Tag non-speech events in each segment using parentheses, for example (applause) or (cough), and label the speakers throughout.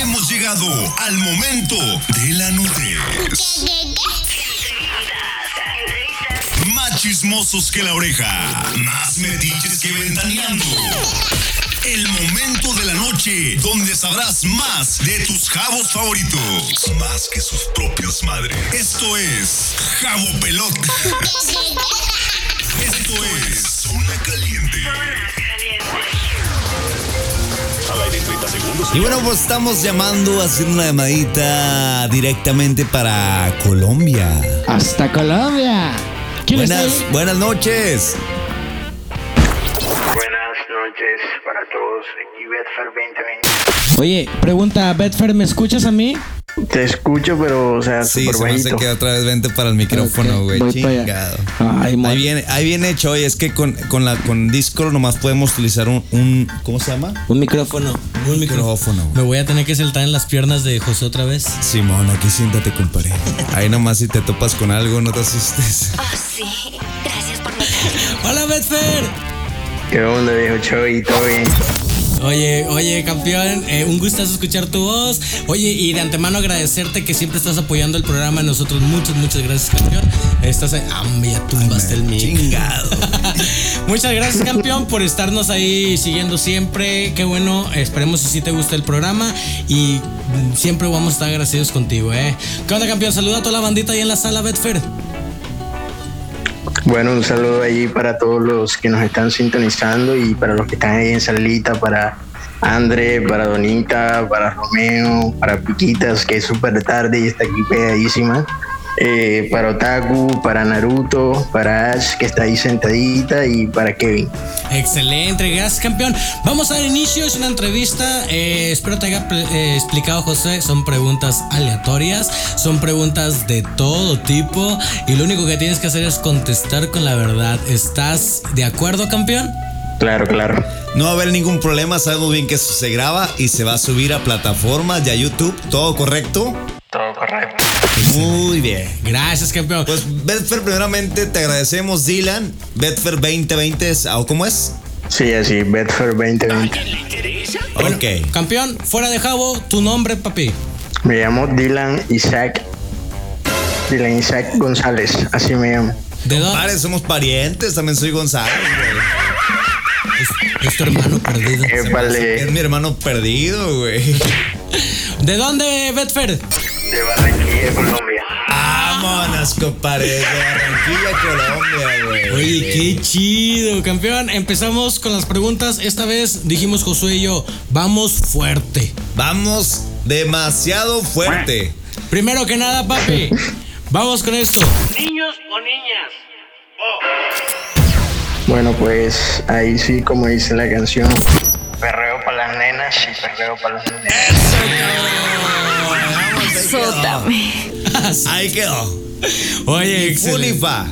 Speaker 1: Hemos llegado al momento de la
Speaker 2: (laughs) Ah,
Speaker 1: nudez. Más chismosos que la oreja. Más metiches que ventaneando. El momento de la noche donde sabrás más de tus jabos favoritos. Más que sus propias madres. Esto es Jabo Pelot. Esto es Zona Caliente.
Speaker 3: Y bueno, pues estamos llamando a hacer una llamadita directamente para Colombia.
Speaker 4: Hasta Colombia. ¿Quién está
Speaker 3: Buenas,
Speaker 4: ahí?
Speaker 3: buenas noches.
Speaker 5: Buenas noches para todos. Aquí Bedford 2020.
Speaker 4: Oye, pregunta, Bedford, ¿me escuchas a mí?
Speaker 5: Te escucho, pero, o sea,
Speaker 3: Sí,
Speaker 5: súper
Speaker 3: se me hace
Speaker 5: bajito.
Speaker 3: que otra vez vente para el micrófono,
Speaker 4: Ok,
Speaker 3: güey.
Speaker 4: voy para allá.
Speaker 3: Chingado.
Speaker 4: Ay,
Speaker 3: Ahí
Speaker 4: mon-
Speaker 3: viene, ahí viene hecho, oye, es que con, con la con Discord nomás podemos utilizar un, un- ¿cómo se llama?
Speaker 4: Un micrófono.
Speaker 3: Un micrófono.
Speaker 6: Me voy a tener que sentar en las piernas de José otra vez.
Speaker 3: Simón, aquí siéntate, compadre. Ahí nomás si te topas con algo, no te asustes.
Speaker 2: Oh, sí. Gracias por notarlo.
Speaker 6: ¡Hola, Betfair!
Speaker 5: ¿Qué onda, viejo Choy? ¿Todo bien?
Speaker 6: Oye, oye, campeón, eh, un gustazo escuchar tu voz. Oye, y de antemano agradecerte que siempre estás apoyando el programa. Nosotros muchas, muchas gracias, campeón. Estás ahí. ¡Ah, hombre, ya tumbaste el mic!
Speaker 3: Chingado.
Speaker 6: (laughs) Muchas gracias, campeón, por estarnos ahí siguiendo siempre. Qué bueno. Esperemos si sí te gusta el programa. Y mm, siempre vamos a estar agradecidos contigo, ¿eh? ¿Qué onda, campeón? Saluda a toda la bandita ahí en la sala, Betfair.
Speaker 5: Bueno, un saludo allí para todos los que nos están sintonizando y para los que están ahí en salita, para André, para Donita, para Romeo, para Piquitas, que es súper tarde y está aquí pegadísima. eh, para Otaku, para Naruto, para Ash, que está ahí sentadita, y para Kevin.
Speaker 6: Excelente, gracias campeón. Vamos a dar inicio, es una entrevista. eh, espero te haya pre- eh, explicado José. Son preguntas aleatorias, son preguntas de todo tipo y lo único que tienes que hacer es contestar con la verdad. ¿Estás de acuerdo campeón?
Speaker 5: Claro, claro.
Speaker 3: No va a haber ningún problema, sabemos bien que eso se graba y se va a subir a plataformas y a YouTube, todo correcto.
Speaker 5: Todo correcto.
Speaker 3: Muy bien.
Speaker 6: Gracias campeón.
Speaker 3: Pues Bedford, primeramente te agradecemos, Dylan. Bedford 2020 es, ¿o ¿cómo es?
Speaker 5: Sí, así, Bedford 2020.
Speaker 6: Bueno,
Speaker 3: Ok.
Speaker 6: Campeón, fuera de jabo, tu nombre papi.
Speaker 5: Me llamo Dylan Isaac. Dylan Isaac González, así me llamo.
Speaker 6: ¿De dónde?
Speaker 3: Pare, somos parientes, también soy González. güey.
Speaker 6: Es, es tu hermano perdido.
Speaker 5: Épale.
Speaker 3: Es mi hermano perdido, güey.
Speaker 6: ¿De dónde, Bedford?
Speaker 5: De Barranquilla, Colombia.
Speaker 3: Vámonos, compadre, de Barranquilla, Colombia, güey.
Speaker 6: Oye, qué chido, campeón. Empezamos con las preguntas. Esta vez dijimos Josué y yo, vamos fuerte.
Speaker 3: Vamos demasiado fuerte.
Speaker 6: Primero que nada, papi, vamos con esto.
Speaker 7: Oh.
Speaker 5: Bueno, pues ahí sí, como dice la canción. Perreo para las nenas y perreo para los nenas.
Speaker 2: Sótame.
Speaker 3: Ahí quedó.
Speaker 6: Oye, excelente.
Speaker 3: Fulifa.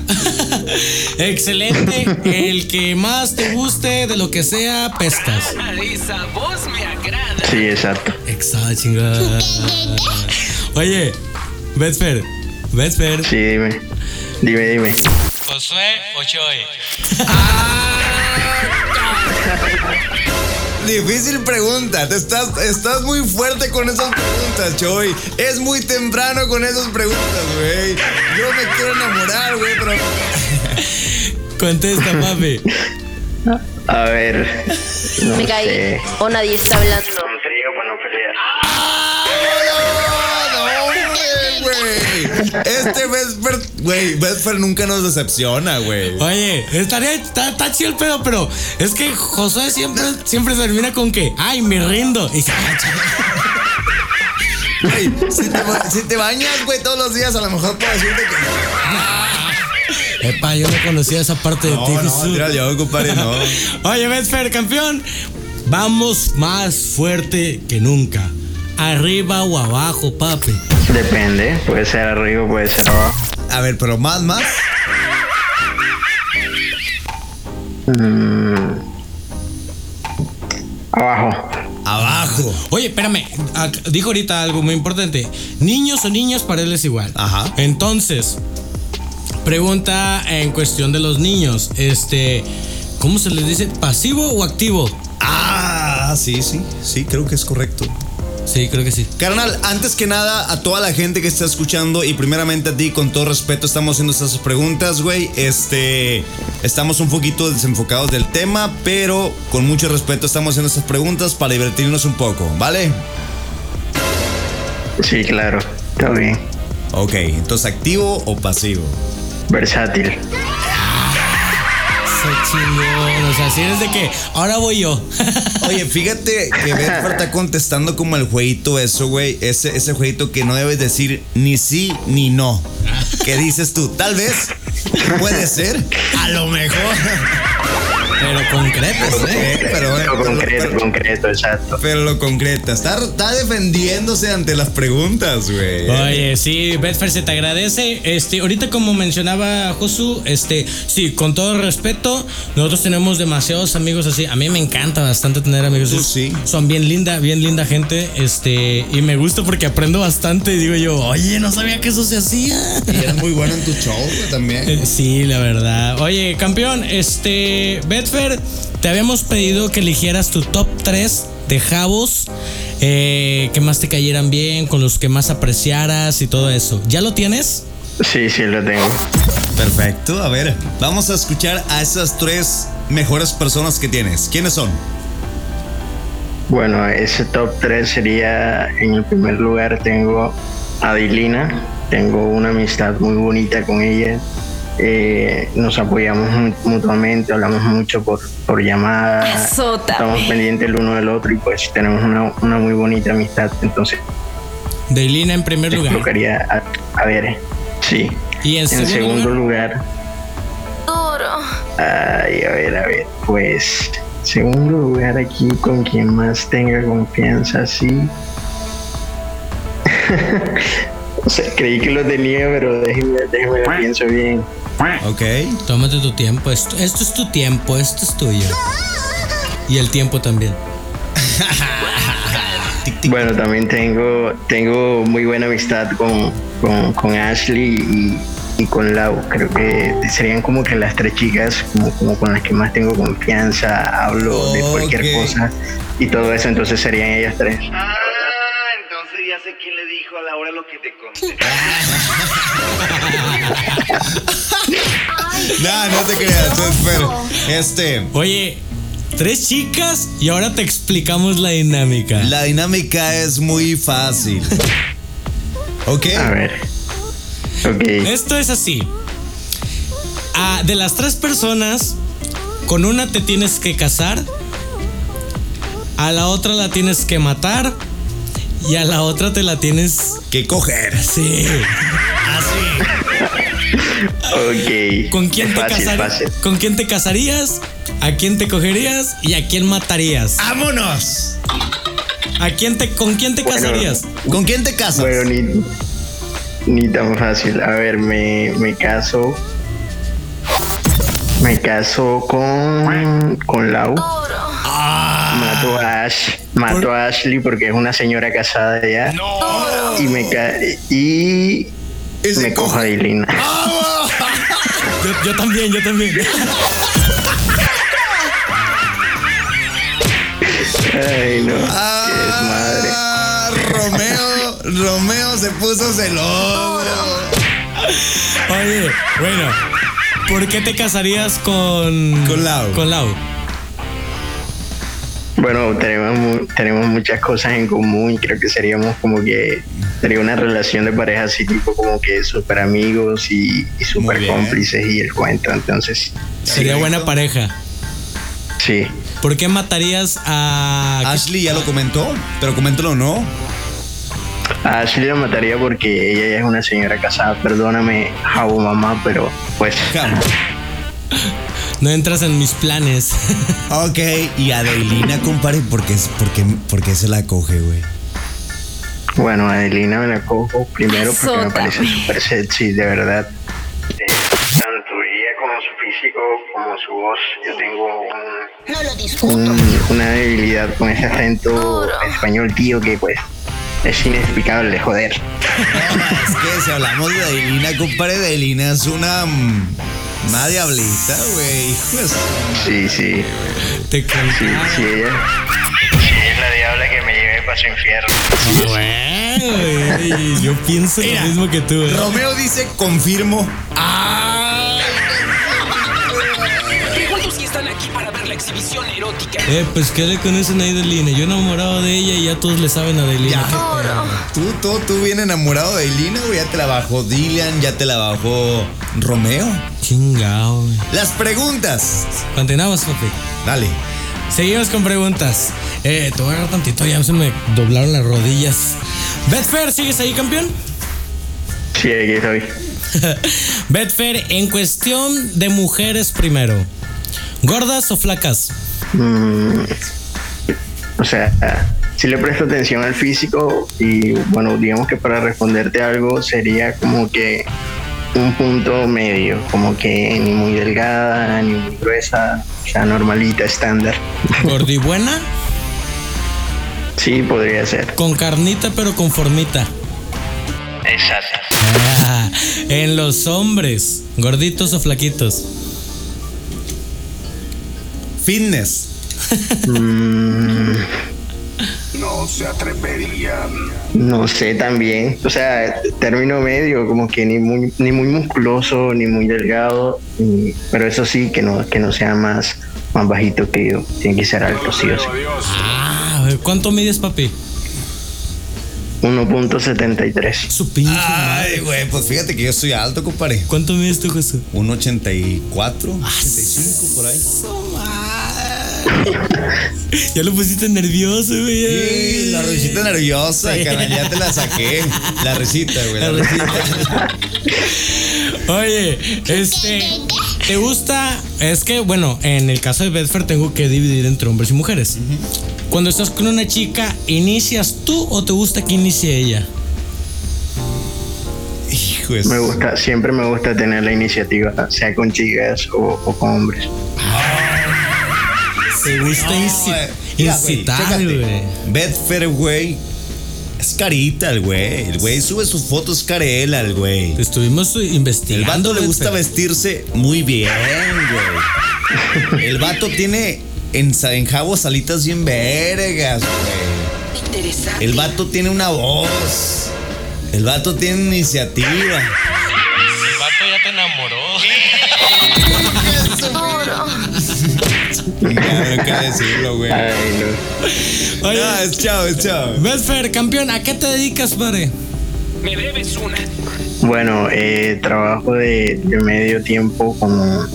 Speaker 6: (laughs) excelente. El que más te guste de lo que sea, pescas.
Speaker 8: Esa voz me agrada.
Speaker 5: Sí, exacto.
Speaker 6: Exacto, chingada. Oye, Betfair, Betfair.
Speaker 5: Sí, dime. Dime, dime.
Speaker 6: Josué Ochoy.
Speaker 3: Difícil pregunta. Te estás, estás muy fuerte con esas preguntas, Choy. Es muy temprano con esas preguntas, güey. Yo me quiero enamorar, güey, pero.
Speaker 6: (laughs) Contesta, papi.
Speaker 5: A ver. No
Speaker 2: Me caí.
Speaker 5: sé.
Speaker 2: O nadie está hablando.
Speaker 5: Un trío para no pelear.
Speaker 3: (laughs) ¡No, güey! Este Vesper, güey, Vesper nunca nos decepciona, güey.
Speaker 6: Oye, estaría, está, está chido el pedo, pero es que Josué siempre, siempre termina con que, ay, me rindo. Y "Ah,
Speaker 3: (laughs)
Speaker 6: se agacha.
Speaker 3: Güey, Si, te ba- si te bañas, güey, todos los días, a lo mejor puedo decirte que no.
Speaker 6: Epa, yo no conocía esa parte de ti,
Speaker 3: No, no,
Speaker 6: Jesús.
Speaker 3: mira, yo, compadre, no.
Speaker 6: Oye, Betfair, campeón, vamos más fuerte que nunca. Arriba o abajo, papi.
Speaker 5: Depende. Puede ser arriba, puede ser abajo.
Speaker 3: A ver, pero más, más.
Speaker 5: Abajo.
Speaker 3: Abajo.
Speaker 6: Oye, espérame, ac- dijo ahorita algo muy importante. Niños o niñas para él es igual.
Speaker 3: Ajá.
Speaker 6: Entonces, pregunta en cuestión de los niños, este, ¿cómo se les dice? ¿Pasivo o activo?
Speaker 3: Ah, sí, sí, sí, creo que es correcto.
Speaker 6: Sí, creo que sí.
Speaker 3: Carnal, antes que nada, a toda la gente que está escuchando y primeramente a ti, con todo respeto, estamos haciendo estas preguntas, güey. Este, estamos un poquito desenfocados del tema, pero con mucho respeto estamos haciendo estas preguntas para divertirnos un poco, ¿vale?
Speaker 5: Sí, claro. Está bien.
Speaker 3: Ok, entonces, ¿activo o pasivo?
Speaker 5: Versátil.
Speaker 6: Se chingón. O sea, si eres de que ahora voy yo. (laughs)
Speaker 3: Oye, fíjate que Bedford está contestando como el jueguito eso, güey. Ese, ese jueguito que no debes decir ni sí ni no. ¿Qué dices tú? Tal vez, puede ser, a lo mejor.
Speaker 6: Pero concretos, ¿eh?
Speaker 3: Eh, Pero, bueno,
Speaker 5: Lo
Speaker 3: pero-
Speaker 5: concreto,
Speaker 3: pero-
Speaker 5: concreto, exacto.
Speaker 3: pero lo concreta. Está, está defendiéndose ante las preguntas, güey.
Speaker 6: Oye, sí, Betfair se te agradece. Este, ahorita como mencionaba Josu, este, sí, con todo respeto, nosotros tenemos demasiados amigos así. A mí me encanta bastante tener amigos
Speaker 3: Tú
Speaker 6: así.
Speaker 3: sí.
Speaker 6: Son bien linda, bien linda gente, este, y me gusta porque aprendo bastante y digo yo, "Oye, no sabía que eso se hacía."
Speaker 3: Eres muy bueno en tu show, güey, también.
Speaker 6: Eh, Sí, la verdad. Oye, campeón, este, Betfair, te habíamos pedido que eligieras tu top 3 de jabos eh, que más te cayeran bien, con los que más apreciaras y todo eso. ¿Ya lo tienes?
Speaker 5: Sí, sí, lo tengo.
Speaker 3: Perfecto. A ver, vamos a escuchar a esas tres mejores personas que tienes. ¿Quiénes son?
Speaker 5: Bueno, ese top 3 sería, en el primer lugar tengo a Dilina, tengo una amistad muy bonita con ella, Eh, nos apoyamos mu- mutuamente, hablamos mucho por, por llamada,
Speaker 2: Eso
Speaker 5: estamos
Speaker 2: también.
Speaker 5: pendientes el uno del otro y pues tenemos una, una muy bonita amistad, entonces
Speaker 6: Deilina en primer lugar.
Speaker 5: colocaría a, a ver, sí.
Speaker 6: Y en segundo
Speaker 5: lugar,
Speaker 2: Duro.
Speaker 5: Ay, a ver, a ver, pues segundo lugar aquí con quien más tenga confianza, sí. (laughs) o sea, creí que lo tenía, pero déjeme, déjeme lo pienso bien.
Speaker 3: Ok.
Speaker 6: Tómate tu tiempo. Esto, esto es tu tiempo, esto es tuyo. Y el tiempo también.
Speaker 5: Bueno, también tengo, tengo muy buena amistad con, con, con Ashley y, y con Lau. Creo que serían como que las tres chicas como, como con las que más tengo confianza, hablo de cualquier
Speaker 3: Ok.
Speaker 5: cosa y todo eso, entonces serían ellas tres.
Speaker 7: Ah, entonces ya sé quién le dijo a Laura lo que te conté.
Speaker 3: No, no te creas, Fer. Este.
Speaker 6: Oye, tres chicas y ahora te explicamos la dinámica.
Speaker 3: La dinámica es muy fácil. ¿Ok?
Speaker 5: A ver. Ok.
Speaker 6: Esto es así. Ah, de las tres personas, con una te tienes que casar, a la otra la tienes que matar y a la otra te la tienes...
Speaker 3: ¿Qué coger?
Speaker 6: Sí.
Speaker 5: Ok.
Speaker 6: ¿Con quién,
Speaker 5: Es
Speaker 6: te
Speaker 5: fácil,
Speaker 6: casar-
Speaker 5: fácil.
Speaker 6: ¿Con quién te casarías? ¿A quién te cogerías? ¿Y a quién matarías?
Speaker 3: ¡Vámonos!
Speaker 6: ¿A quién te, ¿Con quién te
Speaker 5: Bueno.
Speaker 6: casarías?
Speaker 3: ¿Con quién te casas?
Speaker 5: Bueno, ni, ni tan fácil. A ver, me, me caso. Me caso con, con Lau.
Speaker 6: Ah.
Speaker 5: Mato a Ash. Mato a Ashley porque es una señora casada ya. Y me ca- y
Speaker 3: Ese
Speaker 5: me cojo a Dilina.
Speaker 6: Ah. Yo, yo también, yo también.
Speaker 5: (laughs) Ay, no.
Speaker 3: Ah, Romeo, Romeo se puso celoso.
Speaker 6: Oye, bueno. ¿Por qué te casarías con...
Speaker 3: Con Lau.
Speaker 6: Con Lau.
Speaker 5: Bueno, tenemos, mu- tenemos muchas cosas en común y creo que seríamos como que sería una relación de pareja así tipo como que súper amigos y, y súper
Speaker 3: bien.
Speaker 5: cómplices y el cuento. Entonces,
Speaker 6: Sería buena pareja.
Speaker 5: sí.
Speaker 6: ¿Por qué matarías a...
Speaker 3: Ashley ya lo comentó, pero coméntalo no.
Speaker 5: A Ashley la mataría porque ella ya es una señora casada. Perdóname, Jabo mamá, pero pues
Speaker 3: Cam.
Speaker 6: No entras en mis planes.
Speaker 3: Ok, y a Deilina, compadre, porque es porque, porque se la coge, güey.
Speaker 5: bueno, a Adelina me la cojo primero porque me
Speaker 2: Azótame.
Speaker 5: parece súper sexy, de verdad. Eh, (laughs) Tanto ella como su físico, como su voz, yo tengo un
Speaker 2: No lo disfruto.
Speaker 5: un- una debilidad con ese acento español, tío, que pues es inexplicable, joder.
Speaker 3: Es que si hablamos de Adelina, compadre, Adelina es una. mm, Una diablita, güey. Hijo de su-
Speaker 5: Sí, sí,
Speaker 6: Te
Speaker 5: sí,
Speaker 6: calmas.
Speaker 5: sí, ella. Sí, ella es la diabla que me llevé
Speaker 7: a su infierno.
Speaker 6: Güey, yo pienso
Speaker 3: Mira,
Speaker 6: lo mismo que tú. Ah. eh.
Speaker 3: Romeo dice, confirmo.
Speaker 8: ¿Cuántos que están aquí para ver la exhibición erótica?
Speaker 6: Eh, pues ¿qué le conocen a Adelina? Yo enamorado de ella y ya todos le saben a Adelina. ¿Qué pedo?
Speaker 3: Tú, tú, tú bien enamorado de Ilina, güey. Ya te la bajó Dylan, ya te la bajó Romeo.
Speaker 6: Chingao, güey.
Speaker 3: Las preguntas.
Speaker 6: Continuamos, papi.
Speaker 3: Dale.
Speaker 6: Seguimos con preguntas. Eh, te voy a agarrar tantito, ya se me doblaron las rodillas. Betfair, ¿sigues ahí, campeón?
Speaker 5: Sí, aquí estoy.
Speaker 6: Betfair, en cuestión de mujeres primero. ¿Gordas o flacas?
Speaker 5: Mm, o sea, si le presto atención al físico y bueno, digamos que para responderte algo sería como que un punto medio, como que ni muy delgada, ni muy gruesa, o sea, normalita, estándar.
Speaker 6: ¿Gordibuena?
Speaker 5: Sí, podría ser.
Speaker 6: Con carnita pero con formita.
Speaker 7: Exacto.
Speaker 6: Ah, en los hombres, gorditos o flaquitos.
Speaker 3: Fitness.
Speaker 5: Mm. No sé también, o sea, término medio, como que ni muy, ni muy musculoso, ni muy delgado, ni- pero eso sí, que no, que no sea más, más bajito que yo, tiene que ser alto, sí o sí.
Speaker 6: Ah, ¿cuánto mides, papi?
Speaker 5: 1.73.
Speaker 6: Su pinche. madre.
Speaker 3: Ay, güey, pues fíjate que yo soy alto, compadre.
Speaker 6: ¿Cuánto mides tú, Jesús?
Speaker 3: Un 84, 85 por ahí.
Speaker 6: (laughs) Ya lo pusiste nervioso, güey.
Speaker 3: Sí, la risita nerviosa, carnal, ya te la saqué. La risita, güey. La risita.
Speaker 6: (laughs) Oye, este. ¿Te gusta? Es que, bueno, en el caso de Bedford tengo que dividir entre hombres y mujeres. Cuando estás con una chica, ¿inicias tú o te gusta que inicie ella?
Speaker 3: Hijo de
Speaker 5: Me
Speaker 3: su-
Speaker 5: gusta, siempre me gusta tener la iniciativa, sea con chicas o, o con hombres.
Speaker 6: Te gusta inci-
Speaker 3: Ah, güey. Mira, güey,
Speaker 6: incitar,
Speaker 3: chécate.
Speaker 6: güey.
Speaker 3: Bedford, güey. Es carita el güey. El güey sube sus fotos carela, el güey.
Speaker 6: Te Estuvimos investigando.
Speaker 3: El vato le gusta
Speaker 6: Bedford.
Speaker 3: vestirse muy bien, güey. El vato tiene en, sa- en jabo salitas bien vergas, güey.
Speaker 2: Interesante.
Speaker 3: El vato tiene una voz. El vato tiene iniciativa.
Speaker 2: Oro.
Speaker 3: Y cabrón, ¿qué decirlo, güey?
Speaker 5: Ay, no.
Speaker 6: Oye,
Speaker 3: No, Ah, es chao, es chao.
Speaker 6: Bedford, campeón, ¿a qué te dedicas, padre?
Speaker 8: Me debes una.
Speaker 5: Bueno, eh, trabajo de, de medio tiempo como,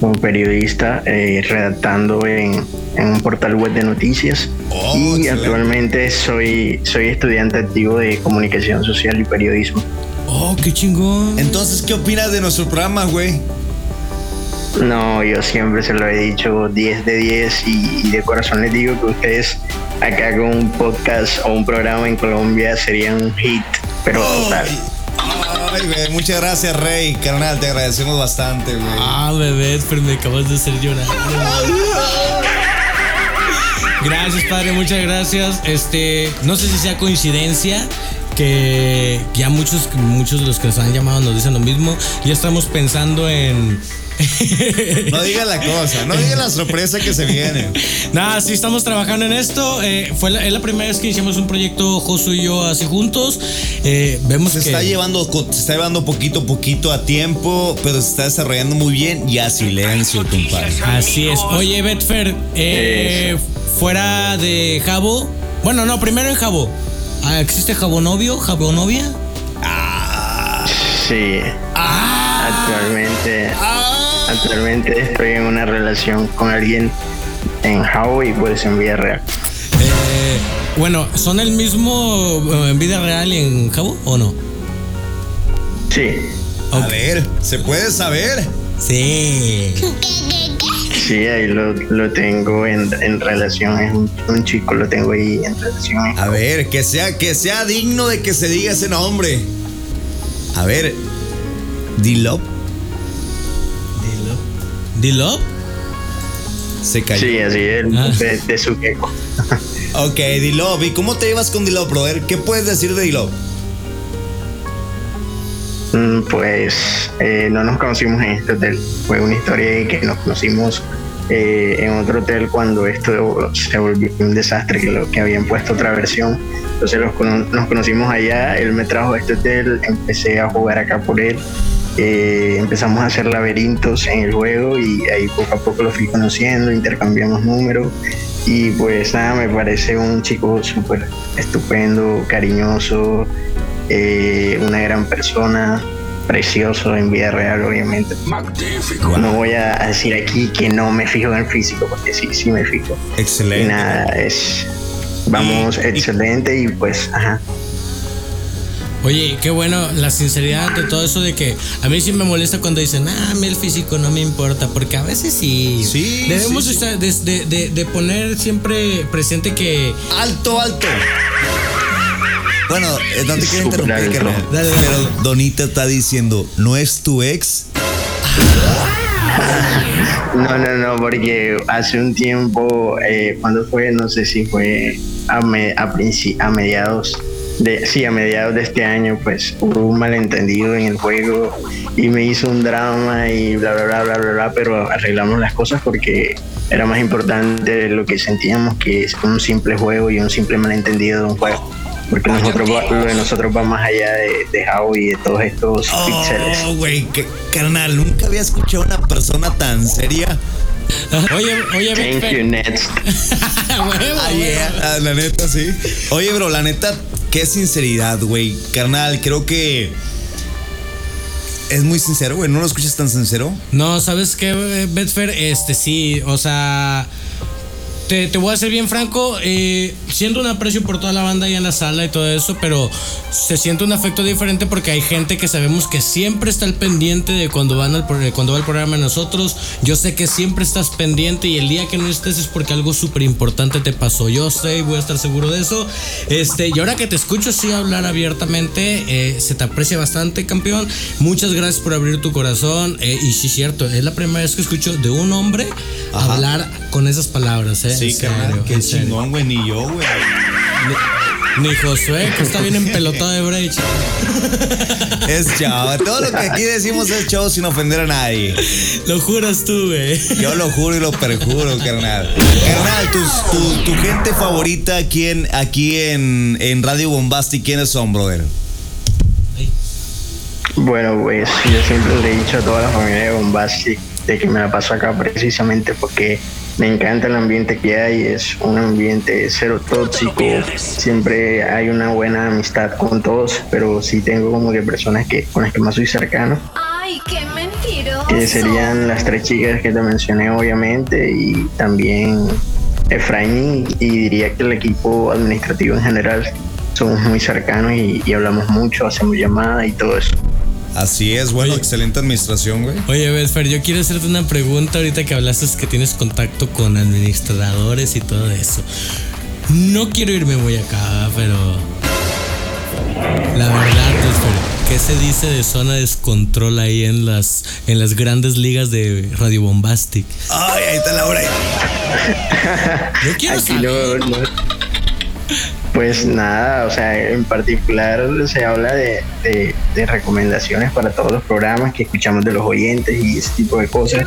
Speaker 5: como periodista, eh, redactando en, en un portal web de noticias.
Speaker 3: Oh,
Speaker 5: y
Speaker 3: excelente.
Speaker 5: actualmente soy, soy estudiante activo de comunicación social y periodismo.
Speaker 6: Oh, qué chingón.
Speaker 3: Entonces, ¿qué opinas de nuestro programa, güey?
Speaker 5: No, yo siempre se lo he dicho 10 de 10 y, y de corazón les digo que ustedes acá con un podcast o un programa en Colombia serían un hit, pero
Speaker 3: Oh,
Speaker 5: total.
Speaker 3: Ay, güey, muchas gracias, Rey. Carnal, te agradecemos bastante, güey.
Speaker 6: Ah, bebé, pero me acabas de hacer llorar. Gracias, padre, muchas gracias. Este, no sé si sea coincidencia que ya muchos, muchos de los que nos han llamado nos dicen lo mismo. Ya estamos pensando en. (laughs)
Speaker 3: No digas la cosa, no digas la sorpresa que se viene.
Speaker 6: Nada, sí estamos trabajando en esto. Eh, fue la, es la primera vez que iniciamos un proyecto Josu y yo así juntos. Eh, vemos
Speaker 3: Se
Speaker 6: que
Speaker 3: está llevando, co- se está llevando poquito a poquito a tiempo, pero se está desarrollando muy bien y a silencio, compadre.
Speaker 6: Así es. Oye, Betfer, eh, fuera de Jabo. Bueno, no, primero en Jabo. Ah, ¿Existe Jabo novio? ¿Jabo novia?
Speaker 5: Sí. Actualmente, actualmente estoy en una relación con alguien en Hawaii, pues en Vía Real.
Speaker 6: Eh, bueno, ¿son el mismo eh, en vida real y en Jabo o no?
Speaker 5: Sí,
Speaker 3: A ver, ¿se puede saber? (laughs)
Speaker 6: Sí.
Speaker 5: sí, ahí lo, lo tengo en, en relación, es un, un chico, lo tengo ahí en relación.
Speaker 3: A ver, que sea, que sea digno de que se diga ese nombre. A ver, Dilop
Speaker 6: ¿Dilop?
Speaker 3: se cayó.
Speaker 5: Sí, así
Speaker 6: Ah.
Speaker 5: es, de, de su queco.
Speaker 3: Ok, Dilop, ¿y cómo te llevas con Dilop, brother? ¿Qué puedes decir de Dilop?
Speaker 5: Mm, Pues eh, no nos conocimos en este hotel. Fue una historia ahí que nos conocimos eh, en otro hotel cuando esto se volvió un desastre, que, lo, que habían puesto otra versión. Entonces los cono- nos conocimos allá, él me trajo a este hotel, empecé a jugar acá por él. eh, empezamos a hacer laberintos en el juego y ahí poco a poco lo fui conociendo, intercambiamos números y pues nada, me parece un chico súper estupendo, cariñoso, eh, una gran persona, precioso en vida real obviamente.
Speaker 8: Magnífico.
Speaker 5: No voy a decir aquí que no me fijo en el físico, porque sí, sí me fijo. Y
Speaker 3: Excelente.
Speaker 5: nada, es. Vamos,
Speaker 3: Y- y-
Speaker 5: excelente, y pues, ajá.
Speaker 6: Oye, qué bueno la sinceridad de todo eso de que a mí sí me molesta cuando dicen, ah, a mí el físico no me importa, porque a veces sí.
Speaker 3: Sí,
Speaker 6: Debemos
Speaker 3: sí, sí.
Speaker 6: estar- des- de, de- de poner siempre presente que... (laughs)
Speaker 3: Alto, alto. (laughs) Bueno, eh, no te quiero
Speaker 5: Súper
Speaker 3: interrumpir,
Speaker 5: alto.
Speaker 3: carnal,
Speaker 6: Dale, dale.
Speaker 3: Pero Donita está diciendo, ¿no es tu ex?
Speaker 5: No, no, no, porque hace un tiempo, eh, cuando fue, no sé si fue a, me- a, princi- a mediados. De, sí, a mediados de este año, pues hubo un malentendido en el juego y me hizo un drama y bla, bla, bla, bla, bla, bla, pero arreglamos las cosas porque era más importante lo que sentíamos que es un simple juego y un simple malentendido de un juego. Porque nosotros va- lo de nosotros va más allá de, de Jao y de todos estos píxeles.
Speaker 3: Oh, güey, que- carnal, nunca había escuchado a una persona tan seria.
Speaker 6: Oye, oye,
Speaker 5: Thank you, next.
Speaker 6: (laughs) A huevo,
Speaker 3: Ah,
Speaker 6: a huevo.
Speaker 3: yeah, ah, La neta, sí. Oye, bro, la neta, qué sinceridad, güey. Carnal, creo que es muy sincero, güey. ¿No lo escuchas tan sincero?
Speaker 6: No, ¿sabes qué, eh, Betfair? Este sí, o sea. Te, te voy a ser bien franco, eh, siento un aprecio por toda la banda ahí en la sala y todo eso, pero se siente un afecto diferente porque hay gente que sabemos que siempre está al pendiente de cuando, van al, pro- eh, cuando va el programa de nosotros. Yo sé que siempre estás pendiente y el día que no estés es porque algo súper importante te pasó. Yo sé y voy a estar seguro de eso. Este, y ahora que te escucho sí hablar abiertamente, eh, se te aprecia bastante, campeón. Muchas gracias por abrir tu corazón. eh, y sí, cierto, es la primera vez que escucho de un hombre
Speaker 3: Ajá.
Speaker 6: hablar con esas palabras, ¿eh? En serio, en serio.
Speaker 3: güey. Ni yo, güey.
Speaker 6: Ni Josué, que está bien empelotado de brecha.
Speaker 3: Es chavo. Todo lo que aquí decimos es chavo sin ofender a nadie.
Speaker 6: Lo juras tú, güey.
Speaker 3: Yo lo juro y lo perjuro, carnal. Carnal, tus- tu, tu gente favorita aquí en, aquí en, en Radio Bombasti, ¿quiénes son, brother?
Speaker 5: Bueno, pues yo siempre le he dicho a toda la familia de Bombasti de que me la paso acá precisamente porque me encanta el ambiente que hay, es un ambiente cero tóxico, siempre hay una buena amistad con todos, pero sí tengo como que personas que con las que más soy cercano,
Speaker 2: Ay, qué mentiroso.
Speaker 5: que serían las tres chicas que te mencioné obviamente y también Efraín y diría que el equipo administrativo en general somos muy cercanos y, y hablamos mucho, hacemos llamadas y todo eso.
Speaker 3: Así es, bueno, excelente administración, güey.
Speaker 6: Oye, Betfer, yo quiero hacerte una pregunta ahorita que hablaste que tienes contacto con administradores y todo eso. No quiero irme muy acá, pero. La verdad, Betfer, ¿qué se dice de zona de descontrol ahí en las, en las grandes ligas de Radio Bombastic?
Speaker 3: Ay, ahí está la hora.
Speaker 6: Yo quiero
Speaker 5: Aquí
Speaker 6: saber.
Speaker 5: no- no- Pues nada, o sea, en particular se habla de, de- de recomendaciones para todos los programas que escuchamos de los oyentes y ese tipo de cosas.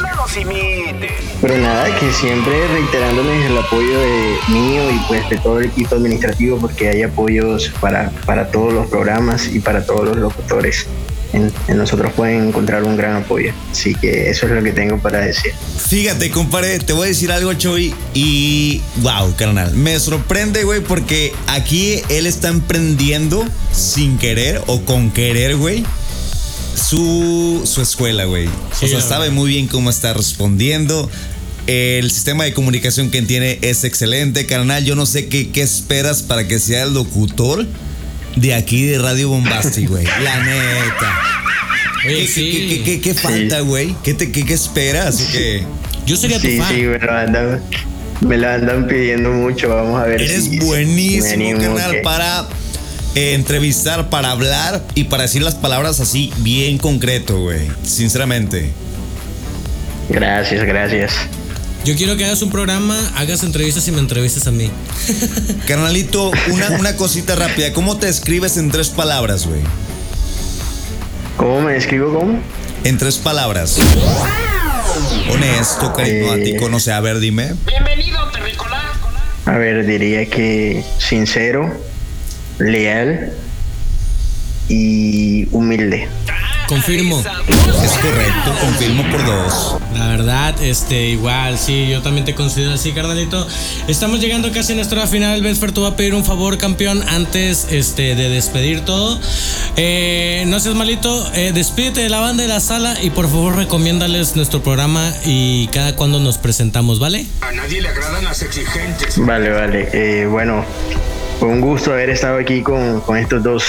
Speaker 5: Pero nada, que siempre reiterándoles el apoyo de mío y pues de todo el equipo administrativo porque hay apoyos para, para todos los programas y para todos los locutores. En, en nosotros pueden encontrar un gran apoyo. Así que eso es lo que tengo para decir.
Speaker 3: Fíjate, compadre, te voy a decir algo, Choy. Y wow, carnal. Me sorprende, güey, porque aquí él está emprendiendo sin querer o con querer, güey. Su, su escuela, güey.
Speaker 6: Sí,
Speaker 3: o sea,
Speaker 6: la
Speaker 3: sabe muy bien cómo está respondiendo. El sistema de comunicación que tiene es excelente, carnal. Yo no sé qué, qué esperas para que sea el locutor de aquí de Radio Bombasti,
Speaker 6: (laughs)
Speaker 3: güey. La neta.
Speaker 6: Oye,
Speaker 3: ¿Qué,
Speaker 6: sí.
Speaker 3: qué- qué- qué- qué falta, güey? ¿Qué, te- qué- qué esperas? ¿O qué?
Speaker 6: Yo sería
Speaker 5: Sí,
Speaker 6: tu fan.
Speaker 5: sí, me lo andan, me lo andan pidiendo mucho. Vamos a ver
Speaker 3: Eres
Speaker 5: si me
Speaker 3: buenísimo,
Speaker 5: animo,
Speaker 3: carnal,
Speaker 5: que-
Speaker 3: para eh, entrevistar, para hablar y para decir las palabras así bien concreto, güey. Sinceramente.
Speaker 5: Gracias, gracias.
Speaker 6: Yo quiero que hagas un programa, hagas entrevistas y me entrevistes a mí.
Speaker 3: Carnalito, una, una cosita rápida. ¿Cómo te escribes en tres palabras, güey?
Speaker 5: ¿Cómo me describo? ¿Cómo?
Speaker 3: En tres palabras. Honesto, carismático,
Speaker 5: Eh.
Speaker 3: no sé, a ver, dime.
Speaker 8: Bienvenido, Terricolá.
Speaker 5: A ver, diría que sincero, leal y humilde.
Speaker 6: Confirmo.
Speaker 3: Es correcto, confirmo por dos.
Speaker 6: La verdad, este, igual, sí, yo también te considero así, carnalito. Estamos llegando casi a nuestra hora final. Bedford, te voy a pedir un favor, campeón, antes este, de despedir todo. Eh, no seas malito, eh, despídete de la banda de la sala y por favor recomiéndales nuestro programa y cada cuando nos presentamos, ¿vale?
Speaker 9: A nadie le agradan las exigentes.
Speaker 5: Vale, vale. Eh, bueno, fue un gusto haber estado aquí con, con estos dos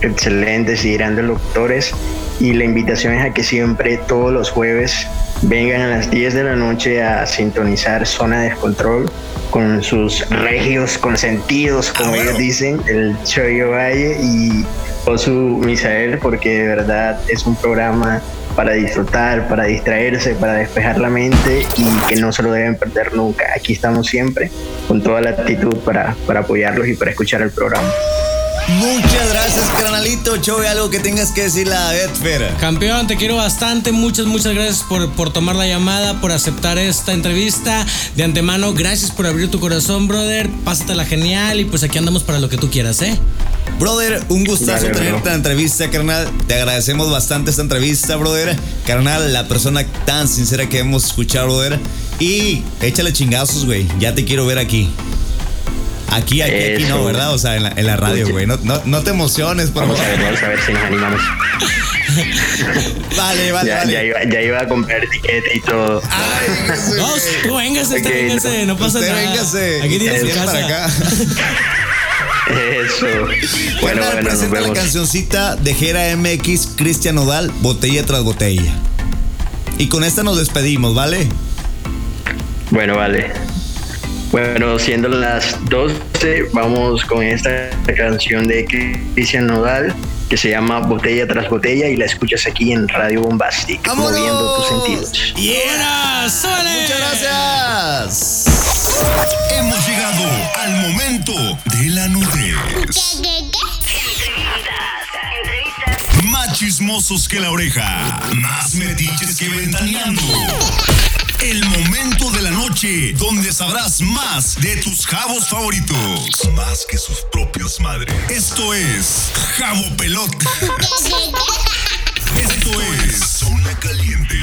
Speaker 5: excelentes y grandes locutores. Y la invitación es a que siempre, todos los jueves, vengan a las 10 de la noche a sintonizar Zona Descontrol con sus regios consentidos, como ellos dicen, el Choyo Valle y Osu Misael, porque de verdad es un programa para disfrutar, para distraerse, para despejar la mente y que no se lo deben perder nunca. Aquí estamos siempre con toda la actitud para, para apoyarlos y para escuchar el programa.
Speaker 3: Muchas gracias, carnalito. Choy, algo que tengas que decirle a Edfer.
Speaker 6: Campeón, te quiero bastante. Muchas, muchas gracias por, por tomar la llamada, por aceptar esta entrevista. De antemano, gracias por abrir tu corazón, brother. Pásatela genial y pues aquí andamos para lo que tú quieras, ¿eh?
Speaker 3: Brother, un gustazo
Speaker 5: Dale, bro.
Speaker 3: tenerte en la entrevista, carnal. Te agradecemos bastante esta entrevista, brother. Carnal, la persona tan sincera que hemos escuchado, brother. Y échale chingazos, güey. Ya te quiero ver aquí. Aquí, aquí, aquí,
Speaker 5: Eso. Pues
Speaker 3: no, ¿verdad? O sea, en la, en la radio, güey. No, no, no te emociones, por
Speaker 5: Vamos a ver,
Speaker 3: favor.
Speaker 5: vamos a ver si nos animamos.
Speaker 3: Vale, vale,
Speaker 5: Ya,
Speaker 3: vale.
Speaker 5: ya, iba, ya iba a comprar etiqueta y todo.
Speaker 3: Ay, ese,
Speaker 6: No,
Speaker 3: güey.
Speaker 6: tú véngase, usted
Speaker 5: Ok,
Speaker 6: véngase, no pasa
Speaker 3: Usted
Speaker 6: nada.
Speaker 3: véngase.
Speaker 6: Aquí tiene su
Speaker 3: Venga
Speaker 6: casa.
Speaker 3: para acá.
Speaker 5: Eso. Bueno,
Speaker 3: Carnal,
Speaker 5: bueno, nos
Speaker 3: presenta la
Speaker 5: vemos.
Speaker 3: cancioncita de Jera MX, Cristian Odal, botella tras botella. Y con esta nos despedimos, ¿vale?
Speaker 5: Bueno, vale. Bueno, siendo las 12, vamos con esta canción de Cristian Nodal que se llama Botella tras Botella y la escuchas aquí en Radio Bombastic,
Speaker 3: ¡Vámonos!
Speaker 5: moviendo tus sentidos.
Speaker 6: ¡Vámonos! ¡Súbele!
Speaker 3: Muchas gracias.
Speaker 1: Hemos llegado al momento de la nudez. Más chismosos que la oreja. Más metiches que ventaneando. El momento de la noche donde sabrás más de tus jabos favoritos. Más que sus propias madres. Esto es Jabo Pelota.
Speaker 2: (laughs)
Speaker 1: Esto es Zona Caliente.